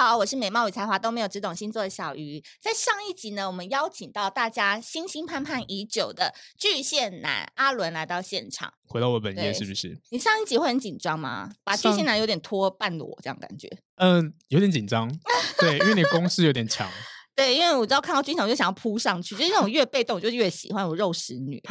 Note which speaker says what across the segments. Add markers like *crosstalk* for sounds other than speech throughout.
Speaker 1: 好，我是美貌与才华都没有，只懂星座的小鱼。在上一集呢，我们邀请到大家星星盼盼已久的巨蟹男阿伦来到现场。
Speaker 2: 回到我本业
Speaker 1: 对
Speaker 2: 是不是？
Speaker 1: 你上一集会很紧张吗？把巨
Speaker 2: 上
Speaker 1: 蟹男有点拖半裸这样感觉。
Speaker 2: 嗯，有点
Speaker 1: *laughs*
Speaker 2: 紧张，对，因为你公式有点强。
Speaker 1: 对，因为我知道看到军长我就想要扑上去，就是那
Speaker 2: *laughs*
Speaker 1: 种越被动我就越喜欢我肉食女，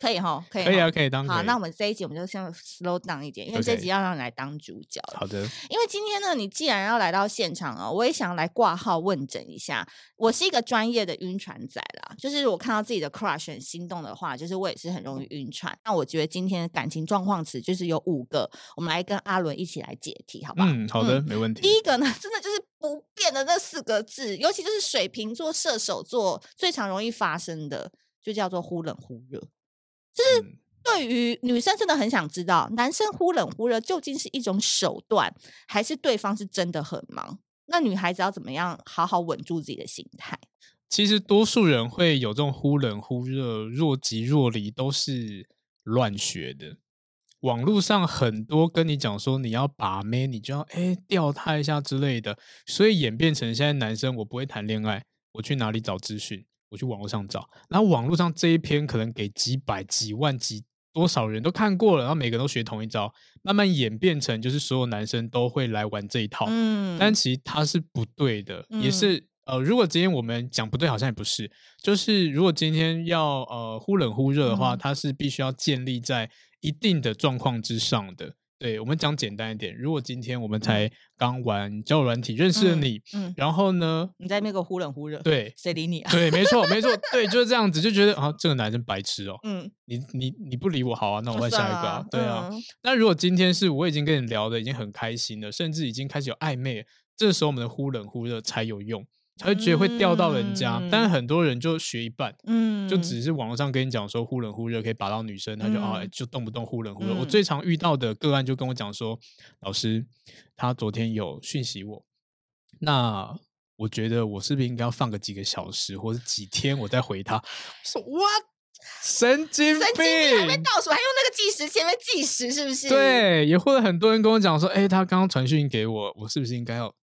Speaker 1: 可以哈，可以。
Speaker 2: 可以啊，。可以当可
Speaker 1: 哦好，
Speaker 2: 以
Speaker 1: 那我们这一集我们就先 slow down 一点，因为这一集
Speaker 2: OK
Speaker 1: 要让你来当主角了。
Speaker 2: 好的，
Speaker 1: 因为今天呢，你既然要来到现场哦，我也想来挂号问诊一下。我是一个专业的晕船仔啦，就是我看到自己的 crush 很心动的话，就是我也是很容易晕船。那我觉得今天的感情状况词就是有五个，我们来跟阿伦一起来解题，好不好？
Speaker 2: 嗯，好的，没问题。
Speaker 1: 第一个呢，真的就是不变的那四个字，尤其就是水瓶座、射手座最常容易发生的，就叫做忽冷忽热。
Speaker 2: 嗯
Speaker 1: 对于女生真的很想知道，男生忽冷忽热究竟是一种手段，还是对方是真的很忙？那女孩子要怎么样好好稳住自己的心态？
Speaker 2: 其实多数人会有这种忽冷忽热、若即若离，都是乱学的。网络上很多跟你讲说你要把妹，你就要哎吊他一下之类的，所以演变成现在男生我不会谈恋爱，我去哪里找资讯？我去网络上找，然后网络上这一篇可能给几百、几万、几多少人都看过了，然后每个人都学同一招，慢慢演变成就是所有男生都会来玩这一套。
Speaker 1: 嗯
Speaker 2: 哦但其实它是不对的，也
Speaker 1: 嗯
Speaker 2: 是呃，如果今天我们讲不对，好像也不是，就是如果今天要呃忽冷忽热的话，
Speaker 1: 嗯
Speaker 2: 它是必须要建立在一定的状况之上的。对我们讲简单一点，如果今天我们才刚玩交友软体认识了
Speaker 1: 嗯
Speaker 2: 你，
Speaker 1: 嗯，
Speaker 2: 然后呢，
Speaker 1: 你在那边给我忽冷忽热，，
Speaker 2: 对
Speaker 1: 谁理你啊？ *laughs*
Speaker 2: 对，没错没错，对，就是这样子，就觉得啊，这个男生白痴哦，
Speaker 1: 嗯，
Speaker 2: 你你你不理我好啊，那我
Speaker 1: 那
Speaker 2: 换
Speaker 1: 算
Speaker 2: 下一个
Speaker 1: 了
Speaker 2: 啊，对啊，
Speaker 1: 嗯
Speaker 2: 那如果今天是我已经跟你聊的已经很开心了，甚至已经开始有暧昧了，这时候我们的忽冷忽热才有用，才会觉得会钓到人家。但
Speaker 1: 嗯
Speaker 2: 很多人就学一半，
Speaker 1: 嗯
Speaker 2: 就只是网络上跟你讲说忽冷忽热可以把到女生，他就啊、
Speaker 1: 嗯
Speaker 2: 就动不动忽冷忽热。我
Speaker 1: 嗯
Speaker 2: 最常遇到的个案就跟我讲说，老师他昨天有讯息我，那。我觉得我是不是应该要放个几个小时或者几天，我再回他？说 what 神经
Speaker 1: 神经病还没倒数，还用那个计时器在那边计时，是不是？，
Speaker 2: 对，也或者很多人跟我讲说，哎、他刚刚传讯给我，我是不是应该要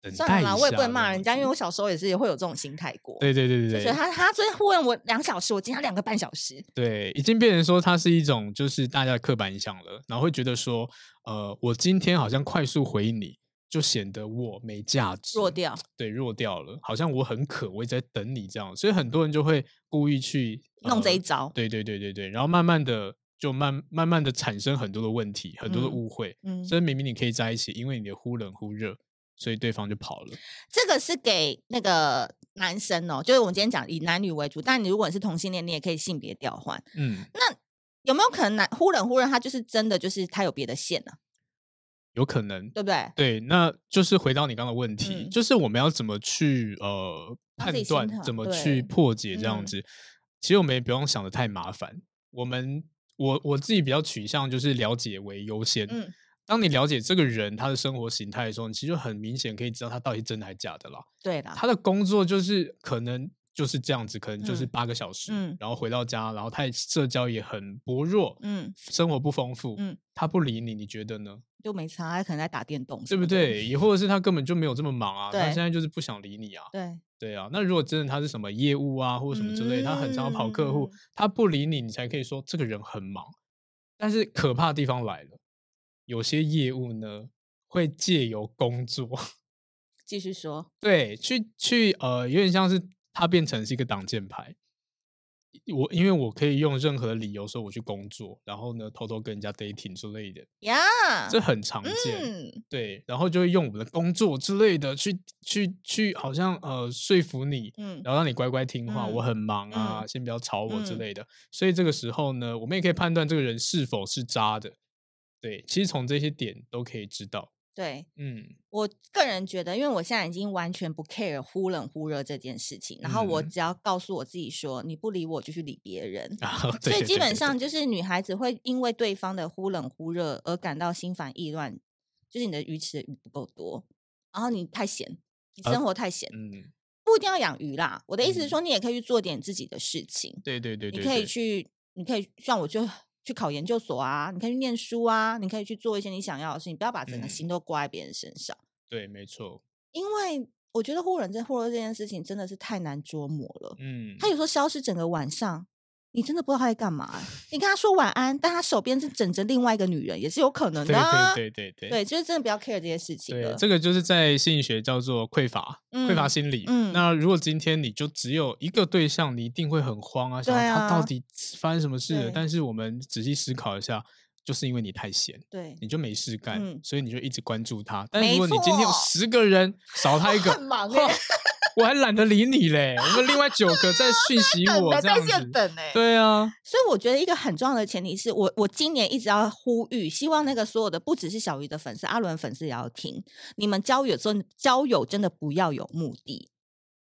Speaker 2: 等
Speaker 1: 算了
Speaker 2: 待一下？
Speaker 1: 啦，我也不能骂人家，因为我小时候也是也会有这种心态过。
Speaker 2: 对对对
Speaker 1: 就
Speaker 2: 对
Speaker 1: 觉得
Speaker 2: 对
Speaker 1: 他他昨天忽然我两小时，我今天两个半小时，
Speaker 2: 对，已经变成说它是一种就是大家的刻板印象了，然后会觉得说，呃，我今天好像快速回你，就显得我没价值，
Speaker 1: 弱掉。
Speaker 2: 对弱掉了，好像我很渴，我一直在等你这样，所以很多人就会故意去、
Speaker 1: 弄这
Speaker 2: 呃
Speaker 1: 一招。
Speaker 2: 对对对对对，然后慢慢的就慢慢慢的产生很多的问题，很多的
Speaker 1: 嗯
Speaker 2: 误会。
Speaker 1: 嗯，
Speaker 2: 所以明明你可以在一起，因为你的忽冷忽热，所以对方就跑了。
Speaker 1: 这个是给那个男生哦，就是我们今天讲以男女为主，但你如果你是同性恋，你也可以性别调换。
Speaker 2: 嗯，
Speaker 1: 有没有可能男忽冷忽热，他就是真的就是他有别的线呢、
Speaker 2: 有可能。
Speaker 1: 对不对？
Speaker 2: 对，那就是回到你刚刚的问题，
Speaker 1: 嗯
Speaker 2: 就是我们要怎么去呃
Speaker 1: 让自
Speaker 2: 判
Speaker 1: 己心
Speaker 2: 断
Speaker 1: 疼，
Speaker 2: 怎么
Speaker 1: 对
Speaker 2: 去破解这样
Speaker 1: 嗯
Speaker 2: 子。其实我们也不用想的太麻烦，我们我我自己比较取向就是了解为优先。
Speaker 1: 嗯
Speaker 2: 当你了解这个人他的生活形态的时候，你其实就很明显可以知道他到底真的还假的啦。
Speaker 1: 对啦，
Speaker 2: 他的工作就是可能就是这样子，可能就是
Speaker 1: 嗯
Speaker 2: 八个小时，
Speaker 1: 嗯
Speaker 2: 然后回到家，然后他的社交也很薄弱，
Speaker 1: 嗯，
Speaker 2: 生活不丰富，
Speaker 1: 嗯
Speaker 2: 他不理你，你觉得呢？
Speaker 1: 就没差，他可能在打电动，
Speaker 2: 对不？对？也或者是他根本就没有这么忙啊，他
Speaker 1: 对
Speaker 2: 现在就是不想理你啊，
Speaker 1: 对，
Speaker 2: 对啊。那如果真的他是什么业务啊，或者什么之类，他很常要跑客户
Speaker 1: 嗯，
Speaker 2: 他不理你，你才可以说这个人很忙。但是可怕的地方来了，有些业务呢会借由工作。
Speaker 1: 继续说，
Speaker 2: 对，去去呃，有点像是它变成是一个挡箭牌。我因为我可以用任何的理由说我去工作，然后呢偷偷跟人家 dating 之类的，
Speaker 1: 呀、
Speaker 2: 这很常见。
Speaker 1: 嗯，
Speaker 2: 对，然后就会用我们的工作之类的去去去，好像呃说服你，
Speaker 1: 嗯
Speaker 2: 然后让你乖乖听话。我
Speaker 1: 嗯
Speaker 2: 很忙啊，
Speaker 1: 嗯
Speaker 2: 先不要吵我之
Speaker 1: 嗯
Speaker 2: 类的。所以这个时候呢，我们也可以判断这个人是否是渣的。对，其实从这些点都可以知道。
Speaker 1: 对。
Speaker 2: 嗯， *laughs*
Speaker 1: 我个人觉得，因为我现在已经完全不 care 忽冷忽热这件事情，然后我
Speaker 2: 嗯
Speaker 1: 只要告诉我自己说，你不理我就去理别人，
Speaker 2: 啊，
Speaker 1: 所
Speaker 2: 对
Speaker 1: 以
Speaker 2: 对
Speaker 1: 基
Speaker 2: 对
Speaker 1: 本
Speaker 2: 对
Speaker 1: 上就是女孩子会因为对方的忽冷忽热而感到心烦意乱，就是你的鱼池的鱼不够多，然后你太闲，你
Speaker 2: 啊
Speaker 1: 生活太闲，
Speaker 2: 嗯，
Speaker 1: 不一定要养鱼啦。我的意思是
Speaker 2: 嗯
Speaker 1: 说，你也可以去做点自己的事情，
Speaker 2: 对对对对，
Speaker 1: 你可以
Speaker 2: 对
Speaker 1: 去，你可以像我就去考研究所啊，你可以去念书啊，你可以去做一些你想要的事情，不要把整个
Speaker 2: 嗯
Speaker 1: 心都挂在别人身上。
Speaker 2: 对，没错，
Speaker 1: 因为我觉得忽冷症、忽热这件事情真的是太难捉摸了。
Speaker 2: 嗯，
Speaker 1: 他有时候消失整个晚上，你真的不知道他在干嘛欸、你跟他说晚安，但他手边是枕着另外一个女人，也是有可能
Speaker 2: 对
Speaker 1: 的、啊。
Speaker 2: 对对对
Speaker 1: 对就是真的不要 care 这些事情
Speaker 2: 对，
Speaker 1: 了。
Speaker 2: 这个就是在心理学叫做匮乏，匮乏
Speaker 1: 嗯
Speaker 2: 心理。
Speaker 1: 嗯
Speaker 2: 那如果今天你就只有一个对象，你一定会很慌啊，想
Speaker 1: 对
Speaker 2: 他到
Speaker 1: 啊
Speaker 2: 底发生什么事了。
Speaker 1: 对
Speaker 2: 但是我们仔细思考一下，就是因为你太闲，
Speaker 1: 对，
Speaker 2: 你就没事干，
Speaker 1: 嗯
Speaker 2: 所以你就一直关注他。但
Speaker 1: 没
Speaker 2: 如果你今天有
Speaker 1: 错
Speaker 2: 十个人，少他一个，哦
Speaker 1: 很忙
Speaker 2: 哈
Speaker 1: 欸
Speaker 2: 我还懒得理你嘞。我们另外九个在讯息
Speaker 1: 等
Speaker 2: 我
Speaker 1: 的
Speaker 2: 这
Speaker 1: 在
Speaker 2: 样
Speaker 1: 线
Speaker 2: 子，
Speaker 1: 等哎、
Speaker 2: 对啊，
Speaker 1: 所以我觉得一个很重要的前提是我我今年一直要呼吁，希望那个所有的不只是小鱼的粉丝，阿伦粉丝也要听，你们交友真交友真的不要有目的。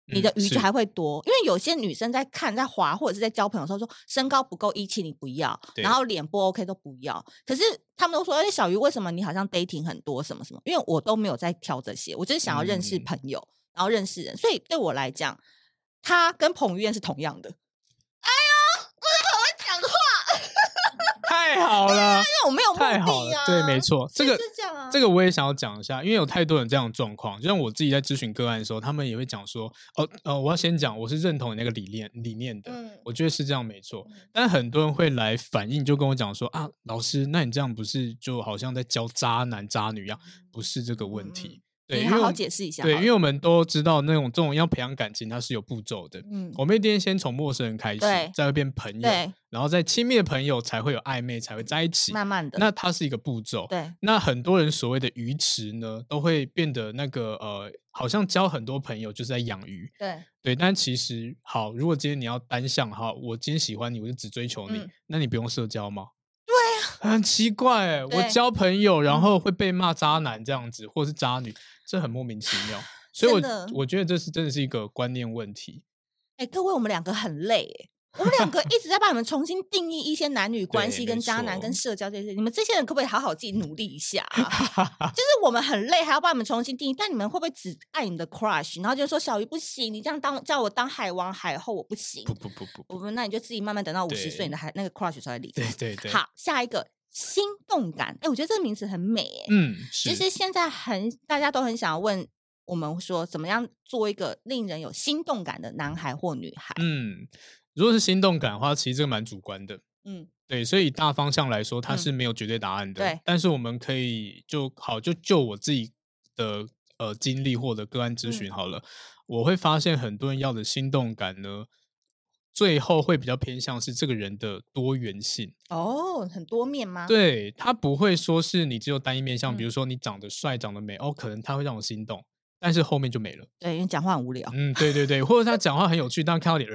Speaker 1: 你的
Speaker 2: 嗯
Speaker 1: 鱼
Speaker 2: 是
Speaker 1: 才会多，因为有些女生在看、在滑或者是在交朋友的时候说身高不够一七你不要，
Speaker 2: 对
Speaker 1: 然后脸不 OK 都不要。可是他们都说，哎、小鱼为什么你好像 dating 很多什么什么？因为我都没有在挑这些，我就是想要认识
Speaker 2: 嗯
Speaker 1: 朋友，然后认识人。所以对我来讲，他跟彭于晏是同样的。哎呀，我好会讲话，
Speaker 2: 太好了，
Speaker 1: 因为我没有目
Speaker 2: 太好了
Speaker 1: 的啊。，
Speaker 2: 对，没，错，这个
Speaker 1: 是这样啊。
Speaker 2: 这个我也想要讲一下，因为有太多人这样的状况，就像我自己在咨询个案的时候，他们也会讲说，哦呃，我要先讲，我是认同你那个理念理念的，
Speaker 1: 嗯
Speaker 2: 我觉得是这样没错
Speaker 1: 嗯。
Speaker 2: 但很多人会来反映，就跟我讲说啊，老师，那你这样不是就好像在教渣男渣女一样？不是这个问题，
Speaker 1: 嗯
Speaker 2: 对，
Speaker 1: 你
Speaker 2: 因为
Speaker 1: 好
Speaker 2: 我
Speaker 1: 好
Speaker 2: 们
Speaker 1: 解释一下好
Speaker 2: 对，
Speaker 1: 了。
Speaker 2: 因为我们都知道那种这种要培养感情，它是有步骤的。
Speaker 1: 嗯，
Speaker 2: 我们一定先从陌生人开始
Speaker 1: 对，
Speaker 2: 再会变朋友，
Speaker 1: 对，
Speaker 2: 然后再亲密的朋友才会有暧昧，才会在一起。
Speaker 1: 慢慢的，
Speaker 2: 那它是一个步骤，
Speaker 1: 对，
Speaker 2: 那很多人所谓的鱼池呢，都会变得那个呃，好像交很多朋友就是在养鱼，
Speaker 1: 对，
Speaker 2: 对。但其实好，如果今天你要单向哈，我今天喜欢你，我就只追求你，
Speaker 1: 嗯
Speaker 2: 那你不用社交吗？对啊，很奇怪、欸，我
Speaker 1: 对
Speaker 2: 交朋友然
Speaker 1: 嗯
Speaker 2: 后会被骂渣男这样子，或是渣女，这很莫名其妙。所
Speaker 1: 啊真
Speaker 2: 以我
Speaker 1: 的
Speaker 2: 我觉得这是真的是一个观念问题，
Speaker 1: 哎、各位，我们两个很累、欸，我们两
Speaker 2: *laughs*
Speaker 1: 个一直在帮你们重新定义一些男女关
Speaker 2: 对
Speaker 1: 系、
Speaker 2: 没
Speaker 1: 跟渣男、跟
Speaker 2: 错
Speaker 1: 社交这些，你们这些人可不可以好好自己努力一下、啊？
Speaker 2: *laughs*
Speaker 1: 就是我们很累，还要帮你们重新定义，但你们会不会只爱你的 crush，然后就说小鱼不行，你这样当叫我当海王海后我不行
Speaker 2: 不，不不不
Speaker 1: 我
Speaker 2: 不，
Speaker 1: 们那你就自己慢慢等到五十
Speaker 2: 对
Speaker 1: 岁，你的还那个 crush 才会离
Speaker 2: 对
Speaker 1: 开。
Speaker 2: 对对，
Speaker 1: 好，下一个心动感，哎、我觉得这个名词很美、欸，
Speaker 2: 嗯，
Speaker 1: 其
Speaker 2: 是
Speaker 1: 实现在很大家都很想要问我们说，怎么样做一个令人有心动感的男孩或女孩？
Speaker 2: 嗯，如果是心动感的话，其实这个蛮主观的。
Speaker 1: 嗯，
Speaker 2: 对，所以以大方向来说，它
Speaker 1: 嗯
Speaker 2: 是没有绝对答案的。
Speaker 1: 对
Speaker 2: 但是我们可以就好，就就我自己的呃经历或者个案咨
Speaker 1: 嗯
Speaker 2: 询好了，我会发现很多人要的心动感呢，最后会比较偏向是这个人的多元性。
Speaker 1: 哦，很多面吗？，
Speaker 2: 对他不会说是你只有单一面向，
Speaker 1: 嗯
Speaker 2: 比如说你长得帅、长得美，哦，可能他会让我心动，但是后面就没了。
Speaker 1: 对，因为讲话很无聊。
Speaker 2: 嗯，对对对，或者他讲话很有趣，但看到你，呃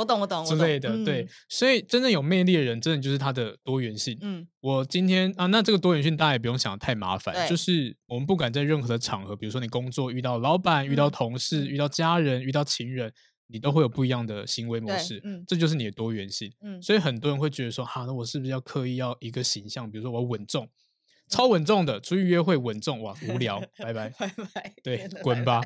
Speaker 1: 我懂，我哦懂，我
Speaker 2: 之
Speaker 1: 懂
Speaker 2: 类的，对，，所以真正有魅力的人，真的就是他的多元性。
Speaker 1: 嗯
Speaker 2: 我今天啊，那这个多元性大家也不用想得太麻烦，
Speaker 1: 对
Speaker 2: 就是我们不管在任何的场合，比如说你工作遇到老板、遇到
Speaker 1: 嗯
Speaker 2: 同事、
Speaker 1: 嗯
Speaker 2: 遇到家人、遇到情人，你都会有不一样的行为模
Speaker 1: 对
Speaker 2: 式，
Speaker 1: 嗯
Speaker 2: 这就是你的多元性。
Speaker 1: 嗯嗯，
Speaker 2: 所以很多人会觉得说，哈、啊那我是不是要刻意要一个形象？比如说我要稳重，
Speaker 1: 嗯
Speaker 2: 超稳重的，出去约会稳重，哇，无聊，拜
Speaker 1: *laughs*，
Speaker 2: 拜
Speaker 1: 拜拜，
Speaker 2: 对
Speaker 1: 真，的
Speaker 2: 滚。吧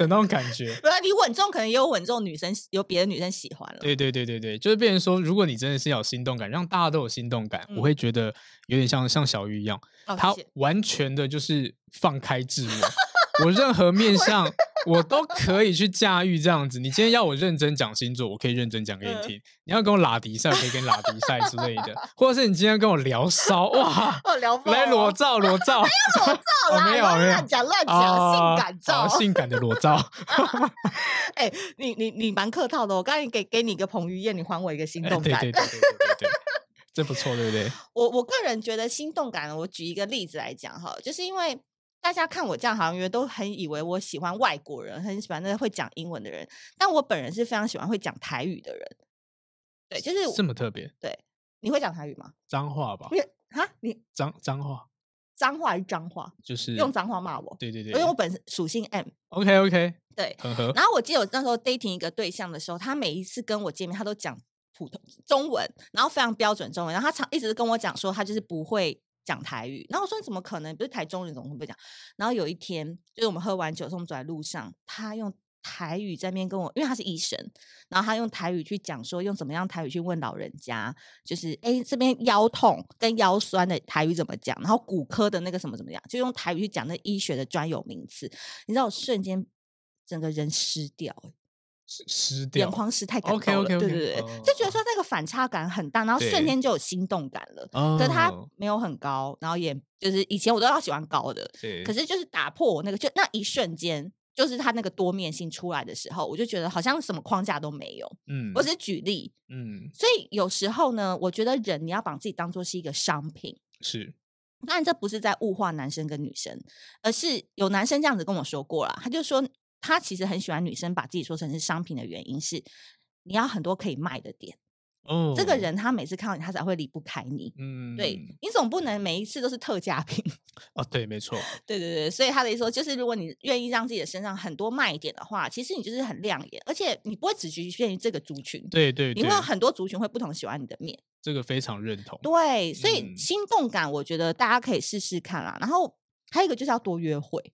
Speaker 2: 的那种感觉。
Speaker 1: 不然你稳重，可能也有稳重女生喜，有别的女生喜欢了。
Speaker 2: 对对对对对，就是变成说，如果你真的是要有心动感，让大家都有心动感，我
Speaker 1: 嗯
Speaker 2: 会觉得有点像像小鱼一样，
Speaker 1: 哦，
Speaker 2: 他
Speaker 1: 谢谢
Speaker 2: 完全的就是放开自我，我任何面
Speaker 1: *laughs*
Speaker 2: 向我都可以去驾驭这样子。你今天要我认真讲星座，我可以认真讲给你
Speaker 1: 嗯，
Speaker 2: 听；你要跟我拉迪赛，我可以跟你拉迪赛之类的，或者是你今天跟我聊骚，哇
Speaker 1: 哦，聊爆
Speaker 2: 来裸
Speaker 1: 了
Speaker 2: 照裸照，
Speaker 1: 好
Speaker 2: 哦
Speaker 1: 啦
Speaker 2: 没有
Speaker 1: 不要
Speaker 2: 没有
Speaker 1: 乱讲乱讲，
Speaker 2: 啊，
Speaker 1: 性感
Speaker 2: 哦
Speaker 1: 照。
Speaker 2: 性感的裸照，
Speaker 1: 哎， *laughs* 你你你蛮客套的哦，我刚才给给你一个彭于晏，你还我一个心
Speaker 2: 哎
Speaker 1: 动
Speaker 2: 对
Speaker 1: 感
Speaker 2: 对对对。对对对，这不错，对不对？
Speaker 1: 我我个人觉得心动感，我举一个例子来讲哈，就是因为大家看我这样，好像觉得都很以为我喜欢外国人，很喜欢那个会讲英文的人，但我本人是非常喜欢会讲台语的人。对，就是
Speaker 2: 这么特别，
Speaker 1: 你会讲台语吗？
Speaker 2: 脏话吧
Speaker 1: 你？哈，你
Speaker 2: 脏脏话
Speaker 1: 脏话还是脏话？
Speaker 2: 就是
Speaker 1: 用脏话骂我，
Speaker 2: 对对对
Speaker 1: 因为我本身属性 M。
Speaker 2: ，OK OK，
Speaker 1: 对，
Speaker 2: 很合。
Speaker 1: 然后我记得我那时候 dating 一个对象的时候，他每一次跟我见面，他都讲普通中文，然后非常标准中文，然后他常一直跟我讲说他就是不会讲台语，然后我说你怎么可能？不是台中人，怎么会不会讲？然后有一天，就是我们喝完酒的时候，我们走在路上，他用台语在面跟我，因为他是医生，然后他用台语去讲说用怎么样台语去问老人家，就是哎、诶这边腰痛跟腰酸的台语怎么讲，然后骨科的那个什么怎么样，就用台语去讲那医学的专有名词，你知道我瞬间整个人湿掉、欸，
Speaker 2: 湿湿
Speaker 1: 眼
Speaker 2: 掉。
Speaker 1: 眶湿太感动了对
Speaker 2: OK，OK，OK，
Speaker 1: 对对，
Speaker 2: 哦
Speaker 1: 就觉得说那个反差感很大，然后瞬
Speaker 2: 对
Speaker 1: 间就有心动感了。
Speaker 2: 哦
Speaker 1: 可是他没有很高，然后也就是以前我都要喜欢高的，
Speaker 2: 对，
Speaker 1: 可是就是打破我那个，就那一瞬间，就是他那个多面性出来的时候，我就觉得好像什么框架都没有。
Speaker 2: 嗯，
Speaker 1: 我只是举例，
Speaker 2: 嗯
Speaker 1: 所以有时候呢，我觉得人你要把自己当做是一个商品，
Speaker 2: 是
Speaker 1: 当然这不是在物化男生跟女生，而是有男生这样子跟我说过啦，他就说他其实很喜欢女生把自己说成是商品的原因是。你要很多可以卖的点，
Speaker 2: 哦，
Speaker 1: 这个人他每次看到你，他才会离不开你。
Speaker 2: 嗯
Speaker 1: 对你总不能每一次都是特价品， *laughs*
Speaker 2: 哦对，没错，
Speaker 1: 对对对，所以他的意思说，就是如果你愿意让自己的身上很多卖点的话，其实你就是很亮眼，而且你不会只局限于这个族群，
Speaker 2: 对对
Speaker 1: 你
Speaker 2: 对
Speaker 1: 会，有很多族群会不同喜欢你的面。
Speaker 2: 这个非常认同。
Speaker 1: 对，所以
Speaker 2: 嗯
Speaker 1: 心动感，我觉得大家可以试试看啦。然后还有一个就是要多约会。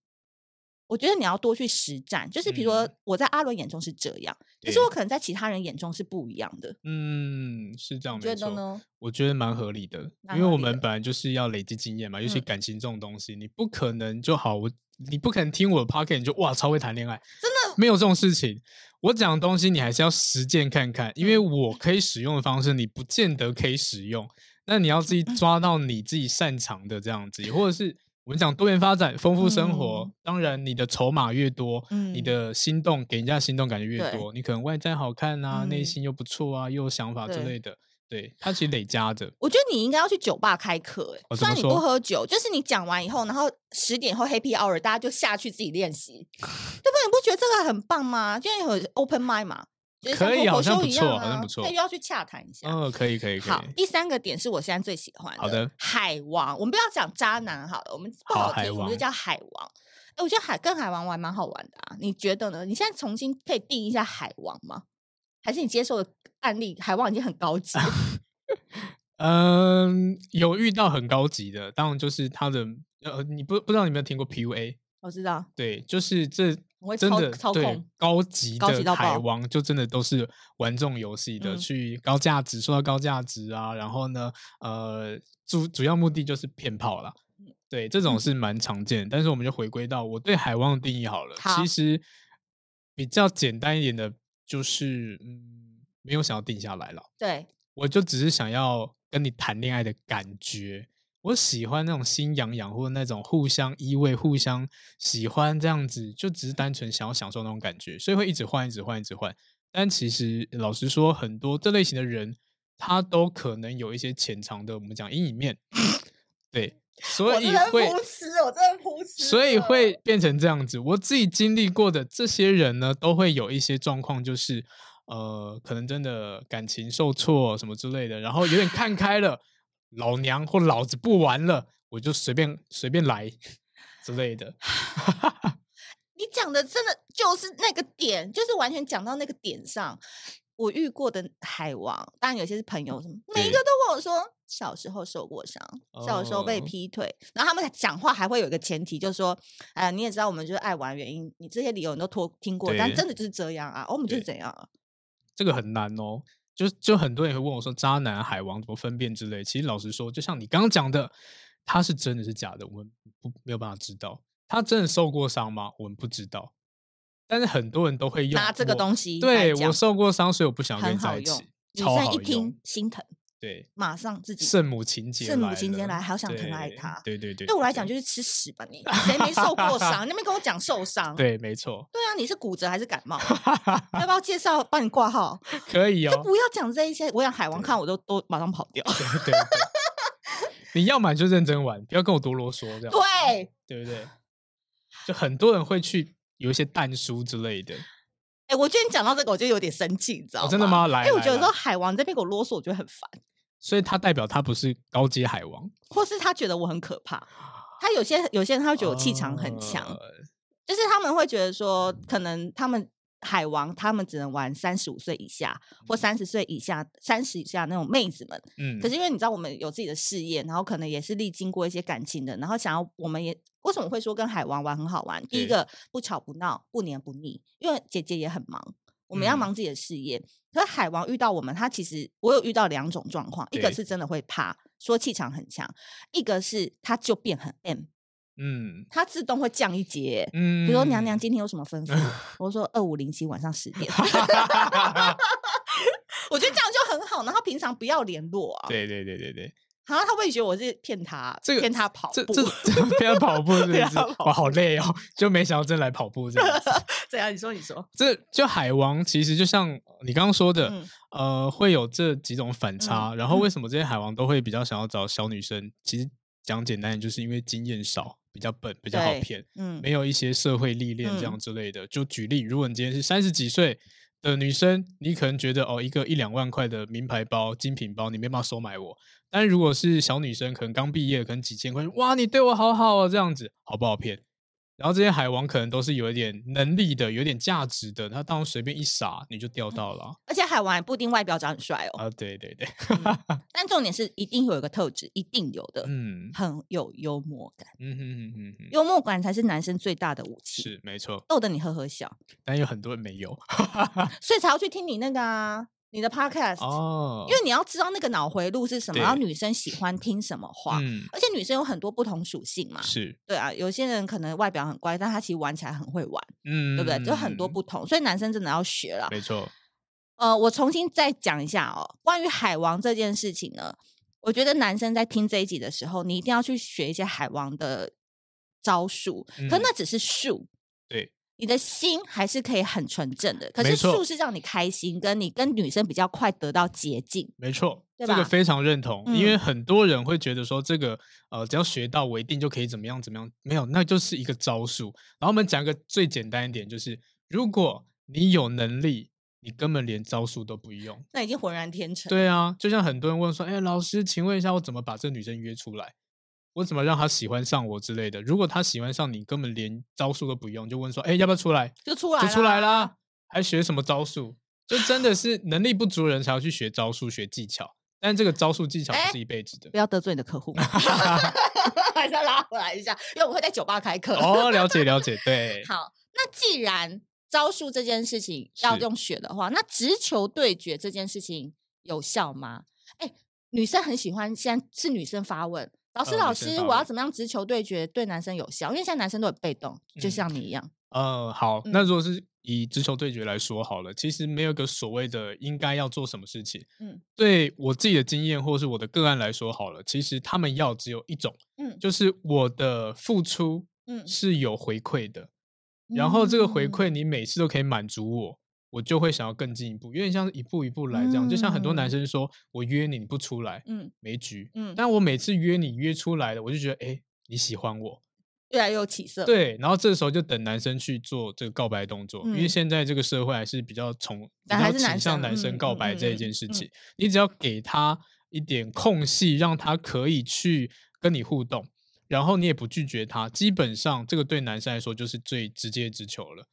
Speaker 1: 我觉得你要多去实战，就是比如说
Speaker 2: 嗯
Speaker 1: 我在阿伦眼中是这样，可是
Speaker 2: 对
Speaker 1: 我可能在其他人眼中是不一样的。
Speaker 2: 嗯，是这样，
Speaker 1: 你
Speaker 2: 没
Speaker 1: 觉得
Speaker 2: 错。
Speaker 1: 呢？
Speaker 2: 我觉得蛮合理的，
Speaker 1: 蛮
Speaker 2: 因为
Speaker 1: 合
Speaker 2: 我
Speaker 1: 理的
Speaker 2: 们本来就是要累积经验嘛，尤其
Speaker 1: 嗯
Speaker 2: 感情这种东西，你不可能就好，我你不可能听我的 p o c k e t 你就哇超会谈恋爱，真的没有这种事情。我讲的东西你还是要实践看看，因为
Speaker 1: 嗯
Speaker 2: 我可以使用的方式，你不见得可以使用。那你要自
Speaker 1: 嗯
Speaker 2: 己抓到你自己擅长的这样子，或者是我们讲多元发展、丰富生活，
Speaker 1: 嗯
Speaker 2: 当然你的筹码越多，你
Speaker 1: 嗯
Speaker 2: 的心动给人家心动感觉越
Speaker 1: 对
Speaker 2: 多，你可能外在好看啊，内
Speaker 1: 嗯
Speaker 2: 心又不错啊，又有想法之
Speaker 1: 对
Speaker 2: 类的。对，它其实累加
Speaker 1: *laughs*
Speaker 2: 的。
Speaker 1: 我觉得你应该要去酒吧开课、欸，
Speaker 2: 哦
Speaker 1: 虽
Speaker 2: 怎么
Speaker 1: 然你不
Speaker 2: 说
Speaker 1: 喝酒，就是你讲完以后，然后十点以后 Happy Hour 大家就下去自己练习，对不对？你不觉得这个很棒吗？因为有 Open Mind 嘛，就是像
Speaker 2: 可以
Speaker 1: 脱
Speaker 2: 好
Speaker 1: 口
Speaker 2: 像
Speaker 1: 秀
Speaker 2: 不
Speaker 1: 一样
Speaker 2: 错好像
Speaker 1: 啊
Speaker 2: 不错
Speaker 1: 那又要去洽谈一下。
Speaker 2: 嗯、可以，可以，可
Speaker 1: 好，
Speaker 2: 以。
Speaker 1: 第三个点是我现在最喜欢的。
Speaker 2: 好的
Speaker 1: 海王，我们不要讲渣男好了，我们不
Speaker 2: 好
Speaker 1: 好
Speaker 2: 海
Speaker 1: 听，我们就
Speaker 2: 王
Speaker 1: 叫海王。哎，我觉得海跟海王玩蛮好玩的啊，你觉得呢？你现在重新可以定义一下海王吗？还是你接受的案例，海王已经很高级
Speaker 2: *laughs*
Speaker 1: 了？
Speaker 2: 嗯，有遇到很高级的，当然就是他的呃，你不不知道你有没有听过 PUA？
Speaker 1: 我知道，
Speaker 2: 对，就是这
Speaker 1: 我会
Speaker 2: 真
Speaker 1: 操
Speaker 2: 的
Speaker 1: 操
Speaker 2: 对
Speaker 1: 控
Speaker 2: 高级
Speaker 1: 高级
Speaker 2: 的
Speaker 1: 到
Speaker 2: 海
Speaker 1: 爆
Speaker 2: 王，就真的都是玩这种游戏的，
Speaker 1: 嗯
Speaker 2: 去高价值，说到高价值啊，然后呢，呃，主主要目的就是骗炮啦。
Speaker 1: 嗯
Speaker 2: 对，这种是蛮常见的，但是我们就回归到我对海王的定义好了。
Speaker 1: 好
Speaker 2: 其实比较简单一点的，就是嗯，没有想要定下来了。
Speaker 1: 对，
Speaker 2: 我就只是想要跟你谈恋爱的感觉。我喜欢那种心痒痒，或者那种互相依偎、互相喜欢这样子，就只是单纯想要享受那种感觉，所以会一直换、一直换、一直换。但其实老实说，很多这类型的人，他都可能有一些潜藏的我们讲阴影面， *laughs* 对，所以
Speaker 1: *laughs*
Speaker 2: 会
Speaker 1: 痴，我真的扑哧
Speaker 2: 所以会变成这样子。我自己经历过的这些人呢，都会有一些状况，就是呃，可能真的感情受挫什么之类的，然后有
Speaker 1: *laughs*
Speaker 2: 点看开了，老娘或老子不玩了，我就随便随便来 *laughs* 之类的。
Speaker 1: 你讲的真的就是那个点，就是完全讲到那个点上。我遇过的海王，当然有些是朋友什么，每一
Speaker 2: 对
Speaker 1: 个都跟我说小时候受过伤，小时候被
Speaker 2: 哦
Speaker 1: 劈腿，然后他们讲话还会有一个前提，就是说，呃，你也知道我们就是爱玩原因，你这些理由你都听听过，但
Speaker 2: 对
Speaker 1: 真的就是这样啊，哦我们就是
Speaker 2: 对
Speaker 1: 怎样啊，
Speaker 2: 这个很难哦。就就很多人也会问我说，渣男、啊海王怎么分辨之类。其实老实说，就像你刚刚讲的，他是真的是假的，我们不没有办法知道。他真的受过伤吗？我们不知道。但是很多人都会用
Speaker 1: 拿这个
Speaker 2: 我
Speaker 1: 东西来
Speaker 2: 对
Speaker 1: 讲
Speaker 2: 我受过伤，所以我不想跟
Speaker 1: 很
Speaker 2: 你
Speaker 1: 好
Speaker 2: 在一
Speaker 1: 用
Speaker 2: 起。，
Speaker 1: 女
Speaker 2: 超
Speaker 1: 生
Speaker 2: 好
Speaker 1: 一
Speaker 2: 用
Speaker 1: 听，心疼，
Speaker 2: 对
Speaker 1: 马上自己
Speaker 2: 圣母情节，
Speaker 1: 圣母情节来
Speaker 2: 来了，
Speaker 1: 好想疼爱
Speaker 2: 对
Speaker 1: 他
Speaker 2: 对对对，
Speaker 1: 对我来讲就是吃屎吧你，谁没受过伤？那边跟我讲受伤，
Speaker 2: 对，没
Speaker 1: *laughs*
Speaker 2: 错，
Speaker 1: 对啊，你是骨折还是感冒？啊要
Speaker 2: *laughs*
Speaker 1: 不要介绍帮你挂号？
Speaker 2: 可以
Speaker 1: 就
Speaker 2: 哦。
Speaker 1: 不要讲这一些，我想海王看我都都马上跑掉。
Speaker 2: *laughs* 对对 *laughs* 对，你要买就认真玩，不要跟我多啰嗦，这样
Speaker 1: 对，
Speaker 2: 对不对？就很多人会去有一些蛋书之类的，哦
Speaker 1: 哎，我觉得你讲到这个，我就有点生气，你知道吗？
Speaker 2: 真的吗来
Speaker 1: 因为我
Speaker 2: 来
Speaker 1: 觉得
Speaker 2: 来
Speaker 1: 说海王这边给我啰嗦，我觉得很烦，
Speaker 2: 所以他代表他不是高阶海王，
Speaker 1: 或是他觉得我很可怕。他有些有些人他会觉得我气场很强，
Speaker 2: 呃
Speaker 1: 就是他们会觉得说，可能他们海王他们只能玩三十五岁以下或三十岁以下、三十以下那种妹子们。
Speaker 2: 嗯，
Speaker 1: 可是因为你知道，我们有自己的事业，然后可能也是历经过一些感情的，然后想要我们也为什么会说跟海王玩很好玩？第一
Speaker 2: 对
Speaker 1: 个不吵不闹，不黏不腻，因为姐姐也很忙。我们要
Speaker 2: 嗯
Speaker 1: 忙自己的事业，可是海王遇到我们，他其实我有遇到两种状况，一个
Speaker 2: 对
Speaker 1: 是真的会怕，说气场很强；一个是他就变很 M，
Speaker 2: 嗯
Speaker 1: 他自动会降一节。
Speaker 2: 嗯，
Speaker 1: 比如说娘娘今天有什么吩咐？我说二五零七晚上十
Speaker 2: *laughs*
Speaker 1: 点， *laughs* 我觉得这样就很好。然后平常不要联络啊，
Speaker 2: 对对对对对，
Speaker 1: 好像他会觉得我是骗他，
Speaker 2: 这个
Speaker 1: 骗他跑
Speaker 2: 这
Speaker 1: 步，
Speaker 2: 这这不要跑步是不
Speaker 1: 不要
Speaker 2: 是？哇，好累哦，就没想到真来跑步这样子。
Speaker 1: 怎样？你说，你说，
Speaker 2: 这就海王其实就像你刚刚说的，
Speaker 1: 嗯
Speaker 2: 呃，会有这几种反差。然后为什么这些海王都会比较想要找小女生？其实讲简单点，就是因为经验少，比较笨，比较好
Speaker 1: 对
Speaker 2: 骗，
Speaker 1: 嗯
Speaker 2: *laughs* 没有一些社会历练这样
Speaker 1: 嗯
Speaker 2: 之类的。就举例，如果你今天是三十几岁。的女生，你可能觉得哦，一个一两万块的名牌包、精品包，你没办法收买我。但如果是小女生，可能刚毕业，可能几千块，哇，你对我好好哦，这样子好不好骗？然后这些海王可能都是有一点能力的，有点价值的，他当然随便一撒你就钓到
Speaker 1: *laughs*
Speaker 2: 了啊
Speaker 1: 而且海王也不一定外表长很帅哦，
Speaker 2: *laughs*
Speaker 1: 嗯
Speaker 2: 啊！对对
Speaker 1: *laughs*
Speaker 2: 对，
Speaker 1: 但重点是一定有一个特质，一定有的，
Speaker 2: 嗯
Speaker 1: 很有幽默感，
Speaker 2: 嗯哼哼哼哼，
Speaker 1: 幽默感才是男生最大的武器，
Speaker 2: 是没错，
Speaker 1: 逗得你呵呵笑，
Speaker 2: 但有很多人
Speaker 1: *laughs*
Speaker 2: 没有
Speaker 1: 所以才要去听你那个啊，你的 podcast，、
Speaker 2: 哦，
Speaker 1: 因为你要知道那个脑回路是什么，然后
Speaker 2: 对
Speaker 1: 女生喜欢听什么话。
Speaker 2: 嗯
Speaker 1: 而且女生有很多不同属性嘛，
Speaker 2: 是
Speaker 1: 对啊，有些人可能外表很乖，但他其实玩起来很会玩，
Speaker 2: 嗯，
Speaker 1: 对不对？就很多
Speaker 2: 嗯，
Speaker 1: 不同，所以男生真的要学了。
Speaker 2: 没错，
Speaker 1: 呃，我重新再讲一下哦，关于海王这件事情呢，我觉得男生在听这一集的时候，你一定要去学一些海王的招数，可
Speaker 2: 嗯
Speaker 1: 那只是术，
Speaker 2: 对，
Speaker 1: 你的心还是可以很纯正的。可
Speaker 2: 没
Speaker 1: 是
Speaker 2: 错
Speaker 1: 术是让你开心，跟你跟女生比较快得到捷径。
Speaker 2: 没错，
Speaker 1: 对
Speaker 2: 这个
Speaker 1: 吧嗯
Speaker 2: 非常认同，因为很多人会觉得说这个呃，只要学到我一定就可以怎么样怎么样，没有，那就是一个招数。然后我们讲一个最简单一点，就是如果你有能力，你根本连招数都不用。
Speaker 1: 那已经浑然天成。
Speaker 2: 对啊，就像很多人问说，哎、老师，请问一下，我怎么把这女生约出来？我怎么让她喜欢上我之类的？如果她喜欢上你，根本连招数都不用，就问说，哎、要不要出来？
Speaker 1: 就出来
Speaker 2: 就
Speaker 1: 了，
Speaker 2: 出来啦，还学什么招数？就真的是能力不足的人才要去学招数、学技巧，但这个招数技巧
Speaker 1: 哎
Speaker 2: 不是一辈子的。
Speaker 1: 不要得罪你的客户，
Speaker 2: *laughs*
Speaker 1: *laughs* 还是要拉回来一下，因为我会在酒吧开
Speaker 2: *laughs*
Speaker 1: 课。
Speaker 2: 哦，了解了解，
Speaker 1: *laughs*
Speaker 2: 对，
Speaker 1: 好，那既然招数这件事情要
Speaker 2: 是
Speaker 1: 用血的话，那直球对决这件事情有效吗？哎，女生很喜欢，现在是女生发问。老师，
Speaker 2: 呃
Speaker 1: 老
Speaker 2: 女生
Speaker 1: 师，
Speaker 2: 发
Speaker 1: 我要
Speaker 2: 问
Speaker 1: 怎么样直球对决对男生有效？因为现在男生都很被动，就
Speaker 2: 嗯
Speaker 1: 像你一样，
Speaker 2: 呃，好，
Speaker 1: 嗯
Speaker 2: 那如果是以直球对决来说好了，其实没有一个所谓的应该要做什么事情。
Speaker 1: 嗯
Speaker 2: 对我自己的经验或是我的个案来说好了，其实他们要只有一种，
Speaker 1: 嗯
Speaker 2: 就是我的付出
Speaker 1: 嗯
Speaker 2: 是有回馈的，然后这个回馈
Speaker 1: 嗯
Speaker 2: 你每次都可以满足我，我就会想要更进一步，有点像是一步一步来这样。就像很多男
Speaker 1: 嗯
Speaker 2: 生说，我约你你不出来，
Speaker 1: 嗯
Speaker 2: 没局。
Speaker 1: 嗯，
Speaker 2: 但我每次约你约出来了，我就觉得哎、诶你喜欢我，
Speaker 1: 越来越有起色。，
Speaker 2: 对，然后这时候就等男生去做这个告白动作，因为
Speaker 1: 嗯
Speaker 2: 现在这个社会还是比较从比
Speaker 1: 但还是
Speaker 2: 较倾
Speaker 1: 男
Speaker 2: 向
Speaker 1: 生
Speaker 2: 男生
Speaker 1: 嗯
Speaker 2: 告
Speaker 1: 嗯
Speaker 2: 白这一
Speaker 1: 嗯
Speaker 2: 件事
Speaker 1: 嗯
Speaker 2: 情。你只要给他一点空隙，让他可以去跟你互动，然后你也不拒绝他，基本上这个对男生来说就是最直接直球了。